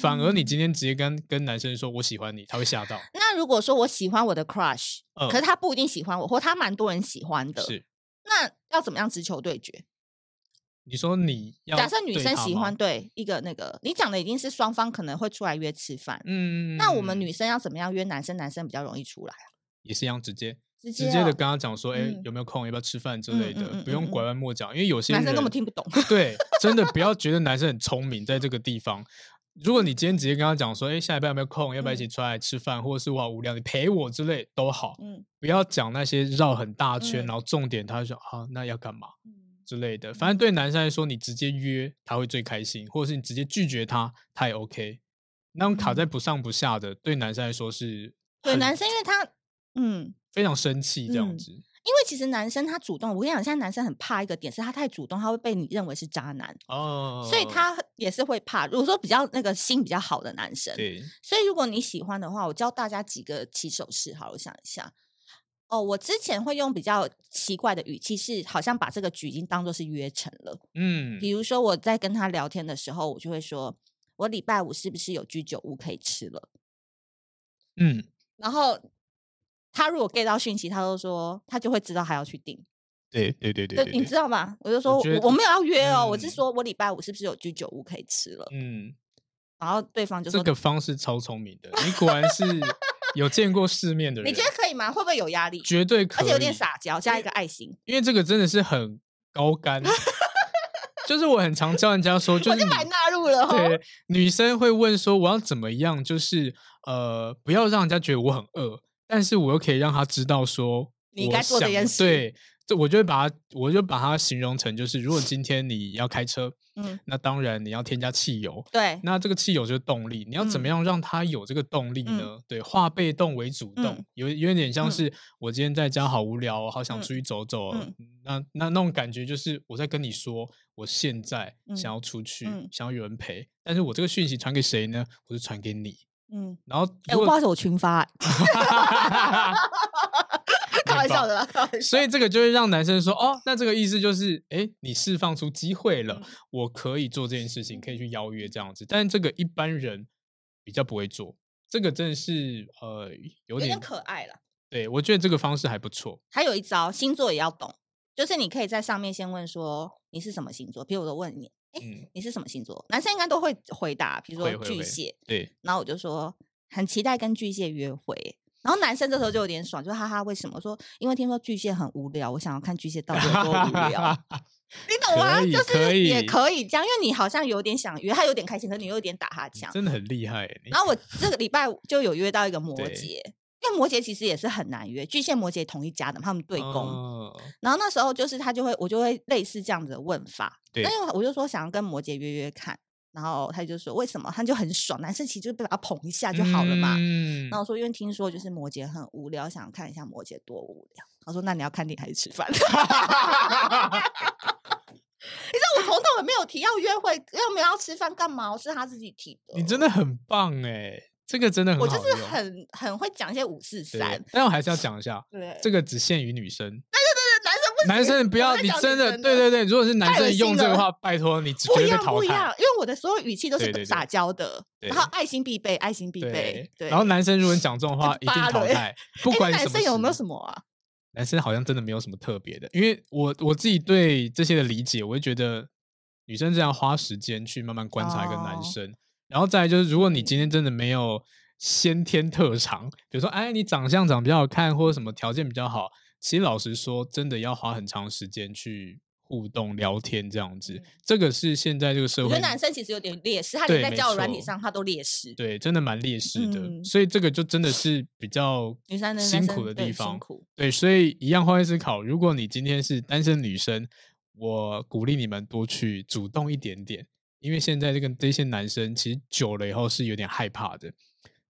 Speaker 2: 反而
Speaker 1: 嗯
Speaker 2: 你今天直接跟跟男生说我喜欢你，他会吓到。
Speaker 1: 那如果说我喜欢我的 crush，、
Speaker 2: 嗯
Speaker 1: 可是他不一定喜欢我，或他蛮多人喜欢的，
Speaker 2: 是，
Speaker 1: 那要怎么样直球对决？
Speaker 2: 你说你要
Speaker 1: 假设女
Speaker 2: 对
Speaker 1: 生
Speaker 2: 他
Speaker 1: 喜
Speaker 2: 吗
Speaker 1: 欢，对一个那个，你讲的已经是双方可能会出来约吃饭，
Speaker 2: 嗯，
Speaker 1: 那我们女生要怎么样约男生？男生比较容易出来啊，
Speaker 2: 也是一样直接。
Speaker 1: 直
Speaker 2: 直
Speaker 1: 接
Speaker 2: 接的
Speaker 1: 哦
Speaker 2: 跟他讲说，哎、
Speaker 1: 嗯
Speaker 2: 有没有空，要不要吃饭之
Speaker 1: 嗯
Speaker 2: 类的，
Speaker 1: 嗯嗯
Speaker 2: 不用
Speaker 1: 嗯
Speaker 2: 拐
Speaker 1: 嗯
Speaker 2: 弯抹角，因为有些
Speaker 1: 男生根
Speaker 2: 人
Speaker 1: 本听不懂。 *laughs*
Speaker 2: 对，真的不要觉得男生很聪明，在这个地方。如果你今天直接跟他讲说，哎、下礼拜有没有空，
Speaker 1: 嗯
Speaker 2: 要不要一起出来吃饭，或者是我好无聊，你陪我之类都好，
Speaker 1: 嗯，
Speaker 2: 不要讲那些绕很大
Speaker 1: 嗯
Speaker 2: 圈，然后重点他就说啊，那要干嘛之类的。反正对男生来说，你直接约他会最开心，或者是你直接拒绝他，他也 OK。那种卡在不上不下的，对男生来说是
Speaker 1: 嗯对，
Speaker 2: 很
Speaker 1: 男生因为他，嗯，
Speaker 2: 非常生气这样
Speaker 1: 嗯
Speaker 2: 子。
Speaker 1: 因为其实男生他主动，我跟你讲，现在男生很怕一个点是他太主动，他会被你认为是渣男，
Speaker 2: 哦，
Speaker 1: 所以他也是会怕。如果说比较那个心比较好的男生，
Speaker 2: 对，
Speaker 1: 所以如果你喜欢的话，我教大家几个起手式。好了，我想一下。哦，我之前会用比较奇怪的语气，是好像把这个局已经当做是约成了。
Speaker 2: 嗯
Speaker 1: 比如说我在跟他聊天的时候，我就会说：“我礼拜五是不是有居酒屋可以吃了？
Speaker 2: 嗯，
Speaker 1: 然后他如果 get 到讯息，他就说他就会知道他要去订。
Speaker 2: 对对对
Speaker 1: 对
Speaker 2: 对，
Speaker 1: 你知道吗？我就说我
Speaker 2: 觉得
Speaker 1: 我没有要约哦，我是
Speaker 2: 嗯
Speaker 1: 说我礼拜五是不是有居酒屋可以吃了？
Speaker 2: 嗯，
Speaker 1: 然后对方就
Speaker 2: 这
Speaker 1: 说
Speaker 2: 个方式超聪明的，你果然是有见过世面的人，
Speaker 1: 你觉得可以吗？会不会有压力？
Speaker 2: 绝对可
Speaker 1: 而
Speaker 2: 以，
Speaker 1: 且有点撒娇，加一个爱心。
Speaker 2: 因为这个真的是很高
Speaker 1: *laughs*
Speaker 2: 干，就是我很常教人家说，就
Speaker 1: 我
Speaker 2: 是
Speaker 1: 就
Speaker 2: 你
Speaker 1: 把你纳入了哦。
Speaker 2: 对女生会问说我要怎么样，就是呃不要让人家觉得我很饿，但是我又可以让他知道说
Speaker 1: 你
Speaker 2: 我
Speaker 1: 该做这
Speaker 2: 想
Speaker 1: 件事
Speaker 2: 对，这我就会把它我就把它形容成就是，如果今天你要开车，
Speaker 1: 嗯，
Speaker 2: 那当然你要添加汽油。
Speaker 1: 对，
Speaker 2: 那这个汽油就是动力，你要怎
Speaker 1: 嗯
Speaker 2: 么样让它有这个动力
Speaker 1: 嗯
Speaker 2: 呢？对，化被动为主动，
Speaker 1: 嗯
Speaker 2: 有有点像
Speaker 1: 嗯
Speaker 2: 是我今天在家好无聊、哦，好想
Speaker 1: 嗯
Speaker 2: 出去走走、哦
Speaker 1: 嗯
Speaker 2: 那那那种感觉就是我在跟你说，我现在想
Speaker 1: 嗯
Speaker 2: 要出去，
Speaker 1: 嗯
Speaker 2: 想要有人陪，但是我这个讯息传给谁呢？我就传给你。
Speaker 1: 嗯。
Speaker 2: 然后
Speaker 1: 哎、
Speaker 2: 如
Speaker 1: 我
Speaker 2: 果
Speaker 1: 不好意思，我群
Speaker 2: *laughs*
Speaker 1: 发、开玩笑的啦，开玩笑。
Speaker 2: 所以这个就会让男生说哦，那这个意思就是，哎，你释放出机会了，
Speaker 1: 嗯
Speaker 2: 我可以做这件事情，可以去邀约这样子。但这个一般人比较不会做，这个真的是呃有
Speaker 1: 有
Speaker 2: 点
Speaker 1: 点可爱了。
Speaker 2: 对我觉得这个方式还不错。
Speaker 1: 还有一招，星座也要懂，就是你可以在上面先问说你是什么星座，比如我都问你，哎、
Speaker 2: 嗯，
Speaker 1: 你是什么星座？男生应该都会回答，比如
Speaker 2: 会
Speaker 1: 说
Speaker 2: 会
Speaker 1: 巨
Speaker 2: 会
Speaker 1: 蟹，
Speaker 2: 对，
Speaker 1: 然后我就说很期待跟巨蟹约会。然后男生这时候就有点爽，就哈哈，为什么？我说因为听说巨蟹很无聊，我想要看巨蟹到底有多无聊，
Speaker 2: *laughs*
Speaker 1: 你懂吗？
Speaker 2: 可以
Speaker 1: 就
Speaker 2: 可
Speaker 1: 是也
Speaker 2: 以
Speaker 1: 可以这样，因为你好像有点想约，他有点开心，可是你又有点打哈
Speaker 2: 你
Speaker 1: 欠。
Speaker 2: 真的很厉害欸。你
Speaker 1: 然后我这个礼拜五就有约到一个摩
Speaker 2: 对
Speaker 1: 羯，因为摩羯其实也是很难约，巨蟹摩羯同一家的嘛，他们对攻。
Speaker 2: 哦
Speaker 1: 然后那时候就是他就会，我就会类似这样子的问法，
Speaker 2: 对
Speaker 1: 但因为我就说想要跟摩羯约约看，然后他就说为什么？他就很爽，男生其实就把他捧一下就好了嘛。
Speaker 2: 嗯
Speaker 1: 然后我说因为听说就是摩羯很无聊，想看一下摩羯多无聊。他说那你要看电影还是吃饭？你 *laughs* 知道我从头也没有提要约会，又没有要吃饭干嘛？是他自己提的。
Speaker 2: 你真的很棒哎，这个真的很
Speaker 1: 我就
Speaker 2: 好
Speaker 1: 是
Speaker 2: 用
Speaker 1: 很很会讲一些五四
Speaker 2: 对
Speaker 1: 三，
Speaker 2: 但我还是要讲一下，
Speaker 1: 对，
Speaker 2: 这个只限于女生。
Speaker 1: 男生不行
Speaker 2: 男生不
Speaker 1: 我
Speaker 2: 要，
Speaker 1: 在
Speaker 2: 你
Speaker 1: 讲女
Speaker 2: 真的
Speaker 1: 生
Speaker 2: 对对对，如果是男
Speaker 1: 太恶
Speaker 2: 生
Speaker 1: 心
Speaker 2: 用这个
Speaker 1: 了
Speaker 2: 话，拜托你绝
Speaker 1: 不一
Speaker 2: 对被
Speaker 1: 样
Speaker 2: 淘
Speaker 1: 不一样
Speaker 2: 汰。，
Speaker 1: 因为我的所有语气都
Speaker 2: 对对
Speaker 1: 是
Speaker 2: 对
Speaker 1: 撒娇的，然后爱心必备，爱心必备
Speaker 2: 对，，
Speaker 1: 对。哎
Speaker 2: 然后男生如果你讲这
Speaker 1: *laughs*
Speaker 2: 种话，一定
Speaker 1: 巴
Speaker 2: 淘
Speaker 1: 雷
Speaker 2: 汰，不
Speaker 1: 诶那
Speaker 2: 管
Speaker 1: 男
Speaker 2: 什么
Speaker 1: 生有没有
Speaker 2: 事
Speaker 1: 什么啊？
Speaker 2: 男生好像真的没有什么特别的，因为我我自己对这些的理解，我会觉得女生这样花时间去慢慢观察一个男
Speaker 1: 哦
Speaker 2: 生，然后再来就是，如果你今天真的没有先天特长，比如说哎你长相长得比较好看，或者什么条件比较好，其实老实说，真的要花很长时间去互动聊天这样子，
Speaker 1: 嗯
Speaker 2: 这个是现在这个社
Speaker 1: 我
Speaker 2: 会
Speaker 1: 觉得男生其实有点劣势，他连
Speaker 2: 对
Speaker 1: 在
Speaker 2: 没
Speaker 1: 交友软体
Speaker 2: 错
Speaker 1: 上他都劣势。
Speaker 2: 对真的蛮劣势的，
Speaker 1: 嗯
Speaker 2: 所以这个就真的是比较
Speaker 1: 女生的
Speaker 2: 辛苦的地
Speaker 1: 辛
Speaker 2: 方。
Speaker 1: 苦。
Speaker 2: 对，所以一样换位思考，如果你今天是单身女生，我鼓励你们多去主动一点点，因为现在这个这些男生其实久了以后是有点害怕的。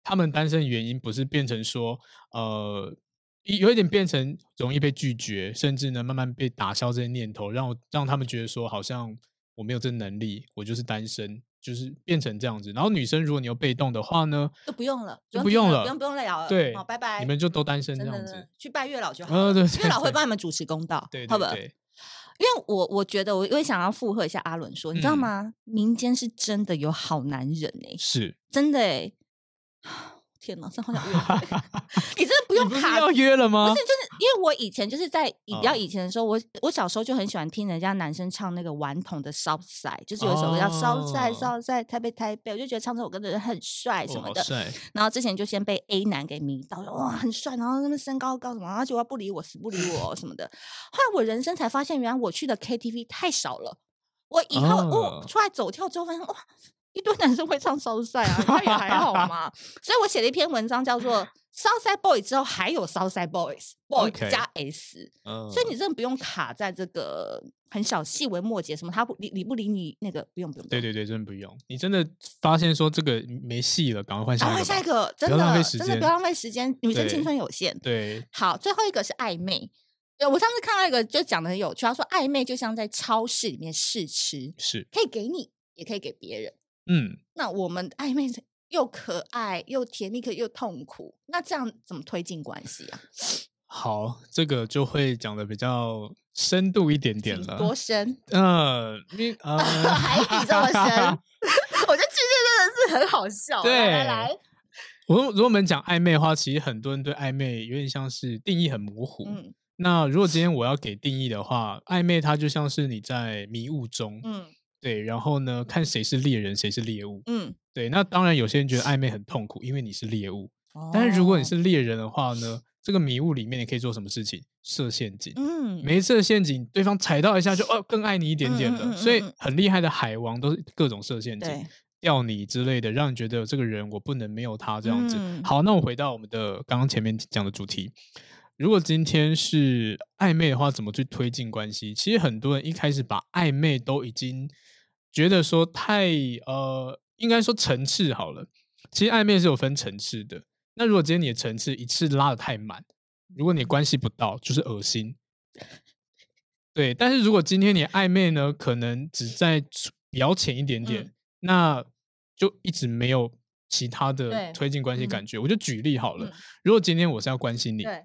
Speaker 2: 他们单身的原因不是变成说，呃，一有一点变成容易被拒绝，甚至呢慢慢被打消这些念头，让我让他们觉得说好像我没有这能力，我就是单身，就是变成这样子。然后女生如果你有被动的话呢，
Speaker 1: 就不用了，
Speaker 2: 就
Speaker 1: 不
Speaker 2: 不
Speaker 1: 听
Speaker 2: 用
Speaker 1: 不
Speaker 2: 了
Speaker 1: 用不用聊了，
Speaker 2: 对
Speaker 1: 好，拜拜。
Speaker 2: 你们就都单身这
Speaker 1: 哎真
Speaker 2: 样
Speaker 1: 的
Speaker 2: 子。
Speaker 1: 去拜月老就好
Speaker 2: 呃
Speaker 1: 了，
Speaker 2: 对对
Speaker 1: 月老会
Speaker 2: 对
Speaker 1: 帮你们主持公道，
Speaker 2: 对
Speaker 1: 好不
Speaker 2: 对
Speaker 1: 好？
Speaker 2: 对，
Speaker 1: 因为我我觉得我我也想要附和一下阿伦说，你知道
Speaker 2: 嗯
Speaker 1: 吗？民间是真的有好男人哎，
Speaker 2: 是。
Speaker 1: 真的哎， *sighs* 天哪，真好想约会 *laughs* 你真的不
Speaker 2: 你
Speaker 1: 用
Speaker 2: 不是
Speaker 1: 卡
Speaker 2: 要约了
Speaker 1: 不
Speaker 2: 吗
Speaker 1: 是，？就是因为我以前就是在以比较
Speaker 2: 哦
Speaker 1: 以前的时候，我我小时候就很喜欢听人家男生唱那个顽童的《Southside》，就是有一首歌叫《Southside
Speaker 2: 哦
Speaker 1: Southside 台北台北》，我就觉得唱这首歌的人很帅什
Speaker 2: 哦
Speaker 1: 么
Speaker 2: 好
Speaker 1: 的。
Speaker 2: 帅
Speaker 1: 然后之前就先被 A 男给迷到，哇，很帅，然后那边身高高什么，然后结果他不理我，死不理我什么的。后来我人生才发现，原来我去的 KTV 太少了。我以后我、
Speaker 2: 哦
Speaker 1: 出来走跳之后，发现哇，一堆男生会唱 s o 啊，那也还好
Speaker 2: *laughs*
Speaker 1: 嘛。所以我写了一篇文章，叫做《s o u t s i d Boy》，之后还有 s o u t s i d Boys Boy
Speaker 2: OK
Speaker 1: 加 S，、
Speaker 2: 嗯
Speaker 1: 所以你真的不用卡在这个很小细微末节什么，他不理理不理你那个，不用不用，不
Speaker 2: 对
Speaker 1: 用，
Speaker 2: 对对，真的不用。你真的发现说这个没戏了，赶快换下
Speaker 1: 然
Speaker 2: 一
Speaker 1: 后
Speaker 2: 个。
Speaker 1: 啊下一。个真
Speaker 2: 要浪费
Speaker 1: 的
Speaker 2: 时
Speaker 1: 真的不要
Speaker 2: 间
Speaker 1: 浪费时间，女生青
Speaker 2: 对
Speaker 1: 春有限，
Speaker 2: 对，
Speaker 1: 好，最后一个是暧昧。对我上次看到一个就讲的很有趣，他说暧昧就像在超市里面试吃，
Speaker 2: 是，
Speaker 1: 可以给你，也可以给别人。
Speaker 2: 嗯，
Speaker 1: 那我们暧昧是又可爱又甜蜜，可又痛苦，那这样怎么推进关系啊？
Speaker 2: 好，这个就会讲的比较深度一点点
Speaker 1: 请
Speaker 2: 了。
Speaker 1: 多深？ *laughs*
Speaker 2: 嗯，因为呃， *laughs*
Speaker 1: 海底这么深，我觉得巨蟹真真的是很好笑。
Speaker 2: 对
Speaker 1: 来来来，
Speaker 2: 我如果我们讲暧昧的话，其实很多人对暧昧有点像是定义很模糊。
Speaker 1: 嗯
Speaker 2: 那如果今天我要给定义的话，暧昧它就像是你在迷雾中，
Speaker 1: 嗯
Speaker 2: 对，然后呢，看谁是猎人，谁是猎物，
Speaker 1: 嗯。
Speaker 2: 对。那当然，有些人觉得暧昧很痛苦，因为你是猎物。但是如果你
Speaker 1: 哦，
Speaker 2: 是猎人的话呢，这个迷雾里面你可以做什么事情？设陷阱。
Speaker 1: 嗯，
Speaker 2: 每一次的陷阱，对方踩到一下就哦，更爱你一点点了。
Speaker 1: 嗯嗯嗯嗯
Speaker 2: 所以
Speaker 1: 嗯
Speaker 2: 很厉害的海王都是各种设陷阱，
Speaker 1: 对，
Speaker 2: 钓你之类的，让你觉得这个人我不能没有他这样子。
Speaker 1: 嗯
Speaker 2: 好，那我回到我们的刚刚前面讲的主题，如果今天是暧昧的话，怎么去推进关系？其实很多人一开始把暧昧都已经觉得说太呃，应该说层次好了。其实暧昧是有分层次的。那如果今天你的层次一次拉的太满，如果你关系不到，就是恶心。对，但是如果今天你暧昧呢，可能只在出表浅一点点，
Speaker 1: 嗯
Speaker 2: 那就一直没有其他
Speaker 1: 对
Speaker 2: 的推进关系
Speaker 1: 嗯
Speaker 2: 感觉。我就举例好了，
Speaker 1: 嗯
Speaker 2: 如果今天我是要关心你，
Speaker 1: 对，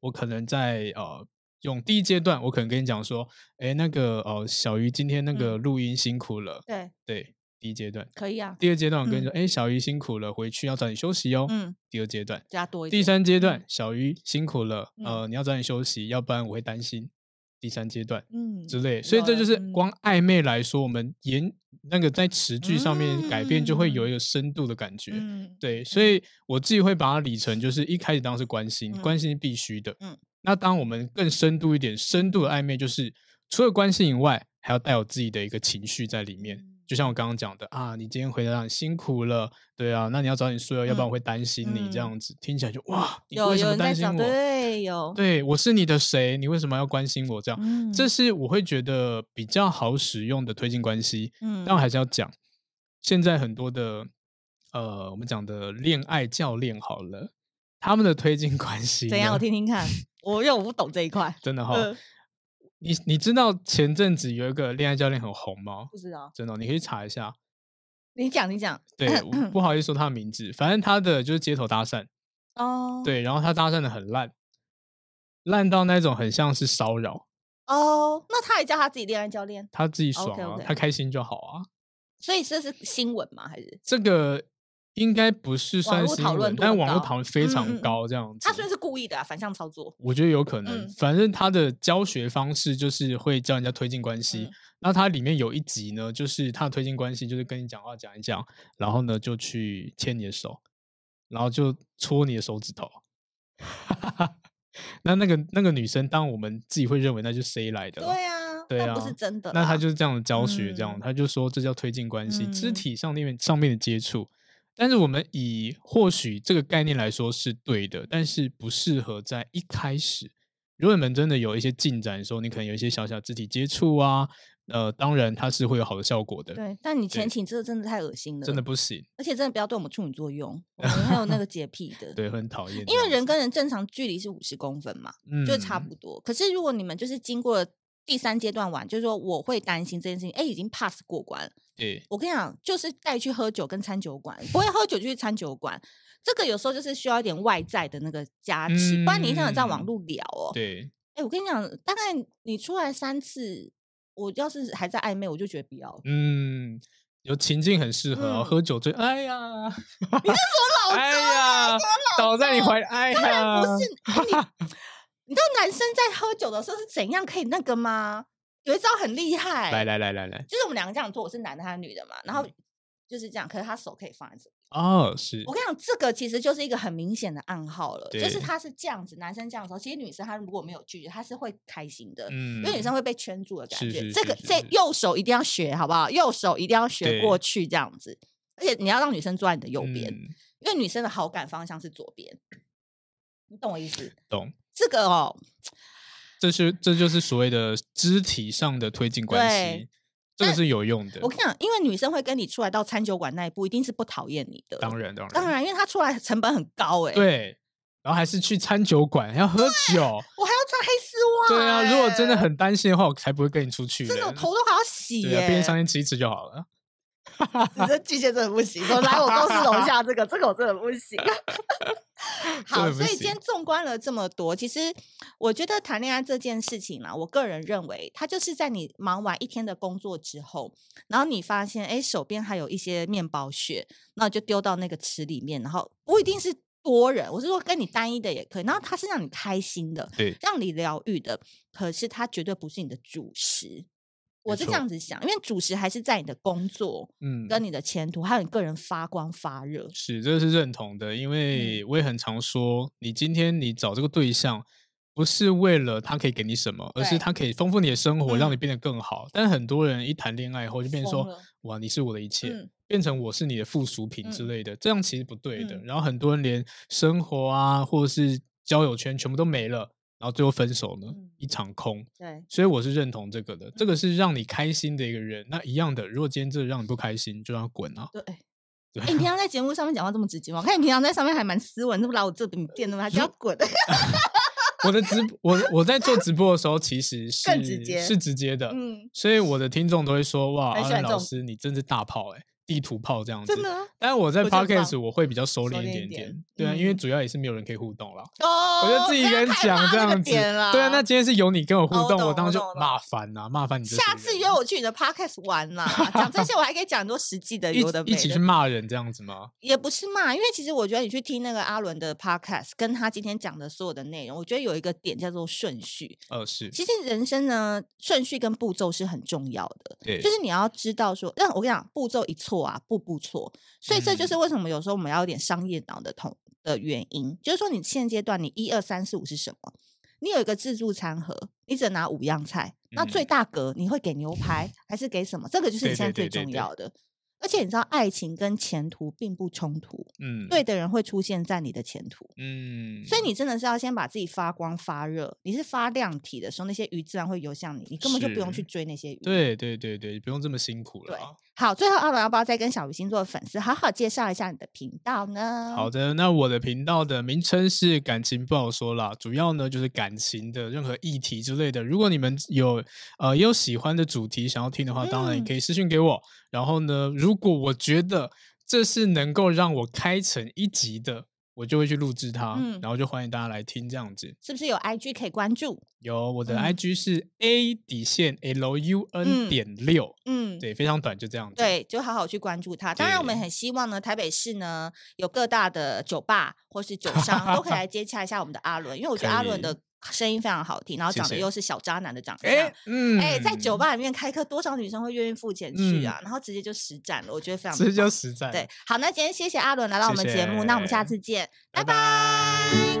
Speaker 2: 我可能在呃用第一阶段，我可能跟你讲说，哎，那个呃小鱼今天那个
Speaker 1: 嗯
Speaker 2: 录音辛苦了，
Speaker 1: 对，
Speaker 2: 对，第一阶段。
Speaker 1: 可以啊，
Speaker 2: 第二阶段我跟你说，哎、小鱼辛苦了，回去要早点休息哦。
Speaker 1: 嗯，
Speaker 2: 第二阶段，
Speaker 1: 加多一点。
Speaker 2: 第三阶段，小鱼辛苦了，
Speaker 1: 嗯
Speaker 2: 呃，你要早点休息，要不然我会担心。第三阶段，
Speaker 1: 嗯，
Speaker 2: 之类，所以
Speaker 1: 有
Speaker 2: 这
Speaker 1: 了
Speaker 2: 就是
Speaker 1: 嗯
Speaker 2: 光暧昧来说，我们言那个在词句上面改变就会有
Speaker 1: 嗯
Speaker 2: 一个深度的感觉。
Speaker 1: 嗯，
Speaker 2: 对，所以我自己会把它理成就是一开始当然是关心，关心是必须的。
Speaker 1: 嗯
Speaker 2: 那当我们更深度一点，深度的暧昧就是除了关心以外，还要带有自己的一个情绪在里
Speaker 1: 嗯
Speaker 2: 面。就像我刚刚讲的啊，你今天回答很辛苦了，对啊，那你要早点睡哦，要不然我会担心你
Speaker 1: 嗯
Speaker 2: 这样子。听起来就哇，你
Speaker 1: 有
Speaker 2: 为什
Speaker 1: 有
Speaker 2: 么
Speaker 1: 人在
Speaker 2: 担心
Speaker 1: 讲，
Speaker 2: 我？
Speaker 1: 对，有，
Speaker 2: 对，我是你的谁？你为什么要关心我？这样，
Speaker 1: 嗯，
Speaker 2: 这是我会觉得比较好使用的推进关系，
Speaker 1: 嗯，
Speaker 2: 但我还是要讲，现在很多的呃，我们讲的恋爱教练好了，他们的推进关系
Speaker 1: 怎
Speaker 2: *laughs*
Speaker 1: 样？
Speaker 2: 呢
Speaker 1: 我听听看，我又不懂这一块，
Speaker 2: 真的哈、
Speaker 1: 呃，
Speaker 2: 你你知道前阵子有一个恋爱教练很红吗？
Speaker 1: 不知道，
Speaker 2: 真的哦、你可以查一下。
Speaker 1: 你讲，你讲，
Speaker 2: 对，我不好意思说他的名字，反正他的就是街头搭讪，
Speaker 1: 哦，，
Speaker 2: 对，然后他搭讪的很烂，烂到那种很像是骚扰，
Speaker 1: 哦，那他也叫他自己恋爱教练，
Speaker 2: 他自己爽啊
Speaker 1: OK，OK
Speaker 2: 他开心就好啊。
Speaker 1: 所以这是新闻吗？还是
Speaker 2: 这个应该不是
Speaker 1: 网
Speaker 2: 算
Speaker 1: 络
Speaker 2: 新
Speaker 1: 讨论
Speaker 2: 闻，
Speaker 1: 度
Speaker 2: 但
Speaker 1: 很
Speaker 2: 网络
Speaker 1: 高
Speaker 2: 讨论非
Speaker 1: 嗯
Speaker 2: 常
Speaker 1: 嗯嗯
Speaker 2: 高，这样子。
Speaker 1: 他虽然是故意的啊，反向操作，
Speaker 2: 我觉得有可能，
Speaker 1: 嗯
Speaker 2: 反正他的教学方式就是会教人家推进关系
Speaker 1: 嗯。
Speaker 2: 那、它里面有一集呢，就是他的推进关系，就是跟你讲话讲一讲，然后呢就去牵你的手，然后就戳你的手指头。 *laughs* 那那个那个女生，当然我们自己会认为那就是 C 来的了，
Speaker 1: 对啊，
Speaker 2: 对
Speaker 1: 那不
Speaker 2: 啊
Speaker 1: 是真的啦，
Speaker 2: 那他就是这样的教学，这样、
Speaker 1: 嗯
Speaker 2: 他就说这叫推进关系，肢
Speaker 1: 嗯
Speaker 2: 体上面上面的接触。但是我们以或许这个概念来说是对的，但是不适合在一开始。如果你们真的有一些进展的时候，你可能有一些小小肢体接触啊，呃，当然它是会有好的效果的，
Speaker 1: 对，但你前
Speaker 2: 对
Speaker 1: 情这个真的太恶心了，
Speaker 2: 真的，不行，
Speaker 1: 而且真的不要对我们处女座
Speaker 2: *laughs*
Speaker 1: 用，我们还有那个洁癖的，
Speaker 2: 对，会很讨厌这样子。
Speaker 1: 因为人跟人正常距离是五十公分嘛，就差
Speaker 2: 嗯
Speaker 1: 不多。可是如果你们就是经过第三阶段玩，就是说我会担心这件事情，哎，已经 pass 过关了。
Speaker 2: 对，
Speaker 1: 我跟你讲，就是带去喝酒跟餐酒馆，不会喝酒就去餐酒馆。这个有时候就是需要一点外在的那个加持，不然你想想在网
Speaker 2: 嗯
Speaker 1: 络聊哦。
Speaker 2: 对，
Speaker 1: 哎，我跟你讲，大概你出来三次，我要是还在暧昧，我就觉得不要了。
Speaker 2: 嗯，有情境很适合、哦
Speaker 1: 嗯
Speaker 2: 喝酒醉，哎呀，你是什么老哎
Speaker 1: 啊
Speaker 2: 呀，倒在你怀里，哎呀，
Speaker 1: 不是
Speaker 2: 啊 *laughs*
Speaker 1: 你，你知道男生在喝酒的时候是怎样可以那个吗？有一招很厉害，
Speaker 2: 来来来来来，
Speaker 1: 就是我们两个这样做，我是男的，他是女的嘛，然后
Speaker 2: 嗯
Speaker 1: 就是这样，可是他手可以放在这里。
Speaker 2: 哦，是
Speaker 1: 我跟你讲，这个其实就是一个很明显的暗号了，就是
Speaker 2: 对
Speaker 1: 他是这样子，男生这样的时候，其实女生她如果没有拒绝，她是会开心的。
Speaker 2: 嗯
Speaker 1: 因为女生会被圈住的感觉，
Speaker 2: 是是
Speaker 1: 这
Speaker 2: 是
Speaker 1: 个
Speaker 2: 是
Speaker 1: 这
Speaker 2: 是
Speaker 1: 右手一定要学，好不好？右手一定要学过
Speaker 2: 对
Speaker 1: 去这样子，而且你要让女生坐在你的右边，
Speaker 2: 嗯
Speaker 1: 因为女生的好感方向是左边，你懂我意思？
Speaker 2: 懂，
Speaker 1: 这个哦，
Speaker 2: 这是这就是所谓的肢体上的推进关
Speaker 1: 对
Speaker 2: 系，这个
Speaker 1: 但
Speaker 2: 是有用的
Speaker 1: 我，跟你讲，因为女生会跟你出来到餐酒馆那一步，一定是不讨厌你的，
Speaker 2: 当然当然
Speaker 1: 当然，因为她出来成本很高哎、
Speaker 2: 对，然后还是去餐酒馆还要喝酒，
Speaker 1: 我还要穿黑丝袜、
Speaker 2: 对啊，如果真的
Speaker 1: 欸
Speaker 2: 很担心的话，我才不会跟你出去嘞，
Speaker 1: 真的，我头都还要洗
Speaker 2: 对啊
Speaker 1: 耶、
Speaker 2: 啊，便利商店吃一吃就好了，
Speaker 1: *laughs* 你这巨蟹真的不行，说来我公司楼下这个，这个我真的不
Speaker 2: *laughs*
Speaker 1: 行。好，
Speaker 2: 真的不
Speaker 1: 所以今天
Speaker 2: 行
Speaker 1: 纵观了这么多，其实我觉得谈恋爱这件事情啦，我个人认为，它就是在你忙完一天的工作之后，然后你发现，哎，手边还有一些面包屑，那就丢到那个池里面，然后不一定是多人，我是说跟你单一的也可以，然后它是让你开心的，
Speaker 2: *laughs* 对，
Speaker 1: 让你疗愈的，可是它绝对不是你的主食。我
Speaker 2: 没
Speaker 1: 是这
Speaker 2: 错
Speaker 1: 样子想，因为主食还是在你的工作，
Speaker 2: 嗯，
Speaker 1: 跟你的前途，还有你个人发光发热。
Speaker 2: 是，这是认同
Speaker 1: 嗯
Speaker 2: 的，因为我也很常说，你今天你找这个对象，不是为了他可以给你什么，而
Speaker 1: 对
Speaker 2: 是他可以丰富你的生活，让你
Speaker 1: 嗯
Speaker 2: 变得更好。但很多人一谈恋爱后，就变成
Speaker 1: 疯
Speaker 2: 说
Speaker 1: 了，
Speaker 2: 哇，你是我的一切，
Speaker 1: 嗯
Speaker 2: 变成我是你的附属品之
Speaker 1: 嗯
Speaker 2: 类的，这样其实不对的。
Speaker 1: 嗯
Speaker 2: 然后很多人连生活啊，或者是交友圈全部都没了，然后最后分手呢，
Speaker 1: 嗯
Speaker 2: 一场空。
Speaker 1: 对，
Speaker 2: 所以我是认同这个的，这个是让你开心的一个人。那一样的，如果今天这个让你不开心，就让他滚啊！
Speaker 1: 对，哎、
Speaker 2: 对
Speaker 1: 你平常在节目上面讲话这么直接吗？我看你平常在上面还蛮斯文，这不来我这边电的吗？还叫
Speaker 2: 如 *laughs*
Speaker 1: 滚！
Speaker 2: 我的直我我在做直播的时候，其实是
Speaker 1: 更直接
Speaker 2: 是直接的，
Speaker 1: 嗯，
Speaker 2: 所以我的听众都会说：“哇，
Speaker 1: 很
Speaker 2: 阿
Speaker 1: 喜欢
Speaker 2: 伦
Speaker 1: 这
Speaker 2: 老
Speaker 1: 种
Speaker 2: 师，你真是大炮哎、地图炮这样子。”
Speaker 1: 真的啊
Speaker 2: 但我在
Speaker 1: 我觉得很
Speaker 2: podcast
Speaker 1: 棒
Speaker 2: 我会比较收
Speaker 1: 收
Speaker 2: 敛
Speaker 1: 敛
Speaker 2: 一
Speaker 1: 一
Speaker 2: 点
Speaker 1: 点
Speaker 2: 点，对啊，因为
Speaker 1: 嗯
Speaker 2: 主要也是没有人可以互动啦，
Speaker 1: 哦，
Speaker 2: 我就自己一个人讲这样子。对啊，那今天是有你跟我互
Speaker 1: 哦我
Speaker 2: 动，
Speaker 1: 懂
Speaker 2: 我当
Speaker 1: 我
Speaker 2: 时
Speaker 1: 懂
Speaker 2: 就
Speaker 1: 我懂
Speaker 2: 骂烦呐，骂烦你这些人。啊
Speaker 1: 下次约我去你的 podcast 玩
Speaker 2: *laughs*
Speaker 1: 啦，讲这些我还可以讲很多实际的，有的没
Speaker 2: 一一起
Speaker 1: 的
Speaker 2: 去骂人这样子吗？
Speaker 1: 也不是嘛，因为其实我觉得你去听那个阿伦的 podcast，跟他今天讲的所有的内容，我觉得有一个点叫做顺序。
Speaker 2: 呃，是，
Speaker 1: 其实人生呢，顺序跟步骤是很重要的。
Speaker 2: 对，
Speaker 1: 就是你要知道说，但我跟你讲，步骤一错啊，步步错。所以这就是
Speaker 2: 嗯
Speaker 1: 为什么有时候我们要有点商业脑的同的原因，就是说你现阶段你一二三四五是什么？你有一个自助餐盒，你只能拿五样菜，那最
Speaker 2: 嗯
Speaker 1: 大格你会给牛
Speaker 2: *laughs*
Speaker 1: 排还是给什么？这个就是
Speaker 2: 对
Speaker 1: 你现在
Speaker 2: 对
Speaker 1: 最
Speaker 2: 对对
Speaker 1: 重
Speaker 2: 对
Speaker 1: 要的。而且你知道，爱情跟前途并不冲突，
Speaker 2: 嗯，
Speaker 1: 对，的人会出现在你的前途。
Speaker 2: 嗯，
Speaker 1: 所以你真的是要先把自己发光发热，你是发亮体的时候，那些鱼自然会游向你，你根本就不用去
Speaker 2: 是
Speaker 1: 追那些鱼。
Speaker 2: 对对对对，不用这么辛苦了
Speaker 1: 对
Speaker 2: 啊。
Speaker 1: 好，最后阿伦要不要再跟小鱼星座的粉丝好好介绍一下你的频道呢？
Speaker 2: 好的，那我的频道的名称是感情不好说啦，主要呢就是感情的任何议题之类的。如果你们有呃也有喜欢的主题想要听的话，当然也
Speaker 1: 嗯
Speaker 2: 可以私信给我。然后呢，如果我觉得这是能够让我开成一集的，我就会去录制它，
Speaker 1: 嗯
Speaker 2: 然后就欢迎大家来听这样子。
Speaker 1: 是不是有 IG 可以关注？
Speaker 2: 有我的
Speaker 1: 嗯
Speaker 2: IG 是 A 底线 L U
Speaker 1: 嗯
Speaker 2: N 点六、
Speaker 1: 嗯。
Speaker 2: 对，非常短，就这样子。
Speaker 1: 对，就好好去关注它。当然，我们
Speaker 2: 对
Speaker 1: 很希望呢，台北市呢有各大的酒吧或是酒商都可以
Speaker 2: *laughs*
Speaker 1: 来接洽一下我们的阿伦，因为我觉得
Speaker 2: 可
Speaker 1: 阿伦
Speaker 2: 以
Speaker 1: 的声音非常好听，然后
Speaker 2: 谢
Speaker 1: 长得
Speaker 2: 谢
Speaker 1: 又是小渣男的长相。
Speaker 2: 哎、嗯，嗯
Speaker 1: 哎、在酒吧里面开课，多少女生会愿意付钱去啊？然后直接就实战了，我觉得非常的
Speaker 2: 这
Speaker 1: 棒
Speaker 2: 叫实在。
Speaker 1: 对。好，那今天谢谢阿伦来到我们节目，那我们下
Speaker 2: 谢谢
Speaker 1: 次见，拜
Speaker 2: 拜拜
Speaker 1: 拜